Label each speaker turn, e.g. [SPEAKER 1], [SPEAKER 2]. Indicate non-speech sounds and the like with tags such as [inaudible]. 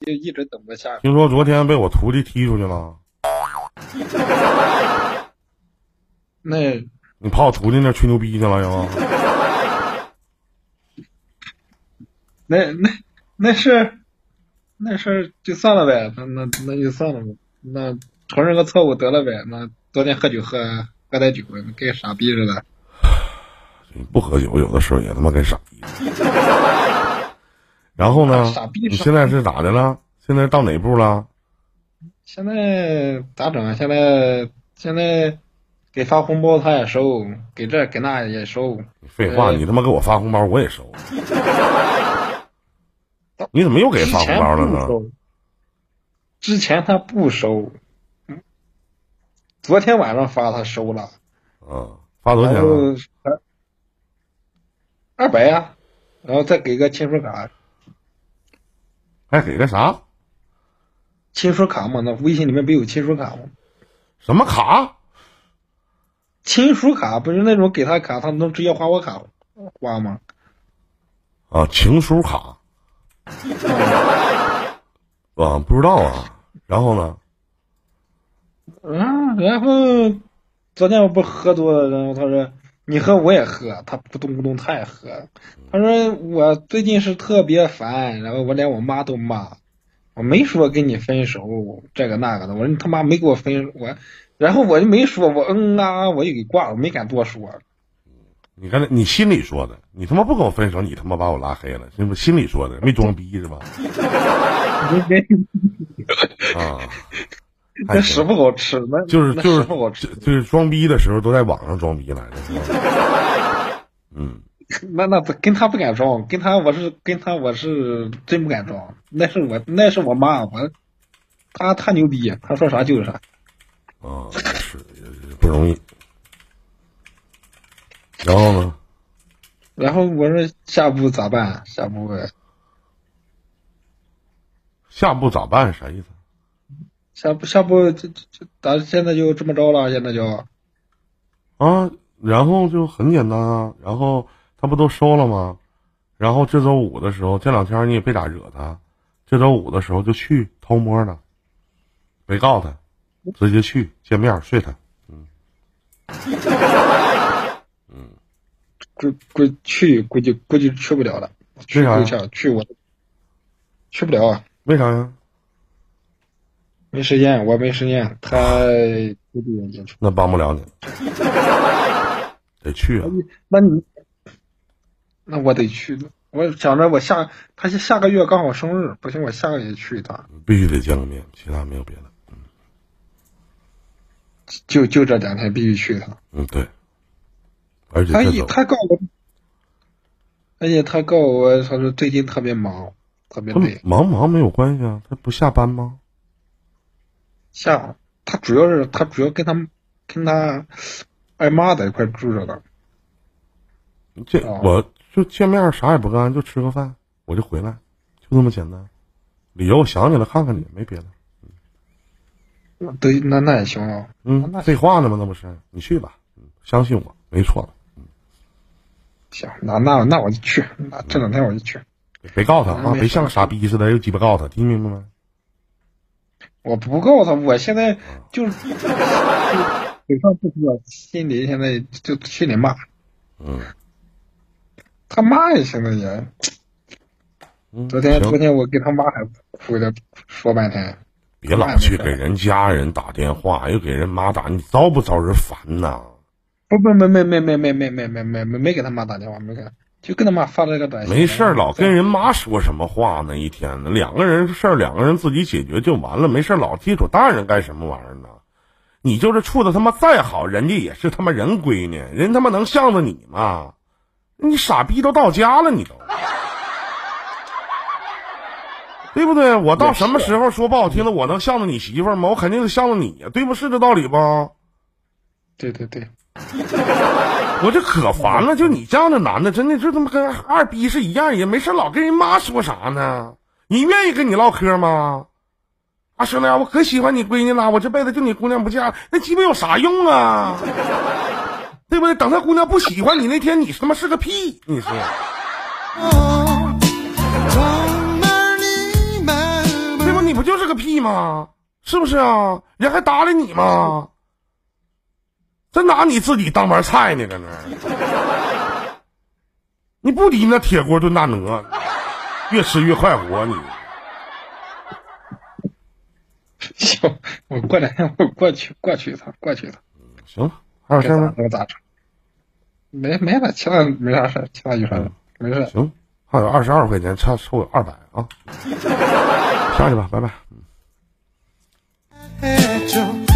[SPEAKER 1] 就一直等不下。
[SPEAKER 2] 听说昨天被我徒弟踢出去了，
[SPEAKER 1] 那
[SPEAKER 2] 你跑我徒弟那吹牛逼去了是吗？
[SPEAKER 1] 那那那是那事就算了呗，那那那就算了呗，那承认个错误得了呗。那昨天喝酒喝喝点酒，跟傻逼似的。
[SPEAKER 2] 不喝酒有的时候也他妈跟傻逼似的。 [laughs] 然后呢
[SPEAKER 1] 傻？逼
[SPEAKER 2] 你
[SPEAKER 1] 傻逼
[SPEAKER 2] 现在是咋的了？现在到哪步了？
[SPEAKER 1] 现在咋整啊？现在现在给发红包他也收，给这给那也收。
[SPEAKER 2] 废话，
[SPEAKER 1] 呃
[SPEAKER 2] 你他妈给我发红包我也 [laughs] 收，你怎么又给
[SPEAKER 1] 之
[SPEAKER 2] 发红
[SPEAKER 1] 前
[SPEAKER 2] 包了
[SPEAKER 1] 不
[SPEAKER 2] 呢？
[SPEAKER 1] 收之前他不收，嗯昨天晚上发他收了，
[SPEAKER 2] 啊，发多少
[SPEAKER 1] 然
[SPEAKER 2] 钱
[SPEAKER 1] 后
[SPEAKER 2] 了？
[SPEAKER 1] 二百呀，然后再给个亲属卡，
[SPEAKER 2] 还哎给个啥？
[SPEAKER 1] 亲属卡嘛，那微信里面不有亲属卡吗？
[SPEAKER 2] 什么卡？
[SPEAKER 1] 亲属卡不是那种给他卡，他能直接花我卡花吗？
[SPEAKER 2] 啊，情书 [laughs] 卡。啊，不知道啊。然后呢？
[SPEAKER 1] 嗯，然后昨天我不喝多了，然后他说你喝我也喝，他咕咚咕咚他也喝，他说我最近是特别烦，然后我连我妈都骂，我没说跟你分手这个那个的，我说你他妈没给我分我，然后我就没说，我嗯啊，我就给挂了，我没敢多说，
[SPEAKER 2] 你刚才你心里说的，你他妈不跟我分手，你他妈把我拉黑了，是不是？心里说的，没装逼是吧？哎啊，
[SPEAKER 1] [laughs] 这
[SPEAKER 2] 还
[SPEAKER 1] 屎
[SPEAKER 2] 行
[SPEAKER 1] 不好吃，那
[SPEAKER 2] 就是
[SPEAKER 1] 那
[SPEAKER 2] 就
[SPEAKER 1] 屎不好
[SPEAKER 2] 是
[SPEAKER 1] 吃
[SPEAKER 2] 就，就是装逼的时候都在网上装逼来着，是吧？嗯，
[SPEAKER 1] 那那不跟他不敢装，跟他我是跟他我是真不敢装，那是我那是我妈，我他他牛逼，他说啥就是啥。
[SPEAKER 2] 啊，也是也是不容易。然后呢？
[SPEAKER 1] 然后我说下步咋办？下步
[SPEAKER 2] 下步咋办？啥意思？
[SPEAKER 1] 下步下步这这这，咱现在就这么着了，现在就
[SPEAKER 2] 啊，然后就很简单啊，然后他不都收了吗？然后这周五的时候，这两天你也别咋惹他，这周五的时候就去偷摸的，没告他，直接去见面睡他。
[SPEAKER 1] 估估去估计估计去不了了，去
[SPEAKER 2] 为啥呀
[SPEAKER 1] 不了去我去不了啊，
[SPEAKER 2] 为啥呀？
[SPEAKER 1] 没时间，我没时间，他估计也进去。
[SPEAKER 2] 那帮不了你，得去啊！
[SPEAKER 1] 那你那我得去，我想着我下他下下个月刚好生日，不行我下个月去一趟，
[SPEAKER 2] 必须得见个面，其他没有别的。
[SPEAKER 1] 就就这两天必须去一趟。
[SPEAKER 2] 嗯，对。而且
[SPEAKER 1] 他
[SPEAKER 2] 这
[SPEAKER 1] 一
[SPEAKER 2] 周
[SPEAKER 1] 他告我，而且他告我，他说最近特别忙，特别
[SPEAKER 2] 他
[SPEAKER 1] 累。
[SPEAKER 2] 忙不忙没有关系啊，他不下班吗？
[SPEAKER 1] 下，他主要是他主要跟他跟他爱妈在一块住着呢。
[SPEAKER 2] 这
[SPEAKER 1] 哦
[SPEAKER 2] 我就见面啥也不干，就吃个饭，我就回来，就这么简单。理由我想你了，看看你，没别的。
[SPEAKER 1] 对，那那也行啊。
[SPEAKER 2] 嗯
[SPEAKER 1] 那，
[SPEAKER 2] 废话呢吗？那不是，你去吧，嗯相信我，没错了。
[SPEAKER 1] 行，那那那我就去，那这两天我就去。
[SPEAKER 2] 别告他
[SPEAKER 1] 那
[SPEAKER 2] 啊，
[SPEAKER 1] 没事
[SPEAKER 2] 别像个傻逼似的又鸡巴告他，听明白没？
[SPEAKER 1] 我不告他，我现
[SPEAKER 2] 啊
[SPEAKER 1] 在就是 [laughs] 嘴上不说，心里现在就心里骂
[SPEAKER 2] 嗯
[SPEAKER 1] 他妈呀，现在也。
[SPEAKER 2] 嗯，
[SPEAKER 1] 昨天昨
[SPEAKER 2] 行，
[SPEAKER 1] 天我跟他妈还哭的说半天，
[SPEAKER 2] 别老去给人家人打电话，又给人妈打，你招不招人烦呐？
[SPEAKER 1] 不不没没没没没没没没没没没给他妈打电话，没给他，就跟他妈发了个短信。
[SPEAKER 2] 没事儿，老跟人妈说什么话呢？一天呢，两个人事儿两个人自己解决就完了，没事儿老接触大人干什么玩意儿呢？你就是处的他妈再好，人家也是他妈人闺女，人他妈能向着你吗？你傻逼都到家了，你都，对不对？我到什么时候说不好听的，我能向着你媳妇儿吗？我肯定是向着你呀，对不？是这道理不？
[SPEAKER 1] 对对对， [laughs]
[SPEAKER 2] 我这可烦了，就你这样的男的，真的就他妈跟二逼是一样，也没事老跟人妈说啥呢？人愿意跟你唠嗑吗？啊，兄弟啊，我可喜欢你闺女了，我这辈子就你姑娘不嫁，那鸡巴有啥用啊？ [laughs] 对不对？等她姑娘不喜欢你那天，你他妈是个屁，你是。
[SPEAKER 3] 정말 네 마음을
[SPEAKER 2] 你不就是个屁吗？是不是啊？人还搭理你吗？真拿你自己当盘菜呢，搁那儿 [laughs] 你不离那铁锅炖大鹅，越吃越快活你。
[SPEAKER 1] 行，我过两天我过去过去一趟，过去一趟。
[SPEAKER 2] 行，还有事儿吗？
[SPEAKER 1] 我咋整？没没了，其他没啥事儿，其他就啥事
[SPEAKER 2] 嗯
[SPEAKER 1] 儿没事儿。
[SPEAKER 2] 行，还有二十二块钱，差凑有二百 [laughs] 啊。下去吧，拜拜。
[SPEAKER 3] hecho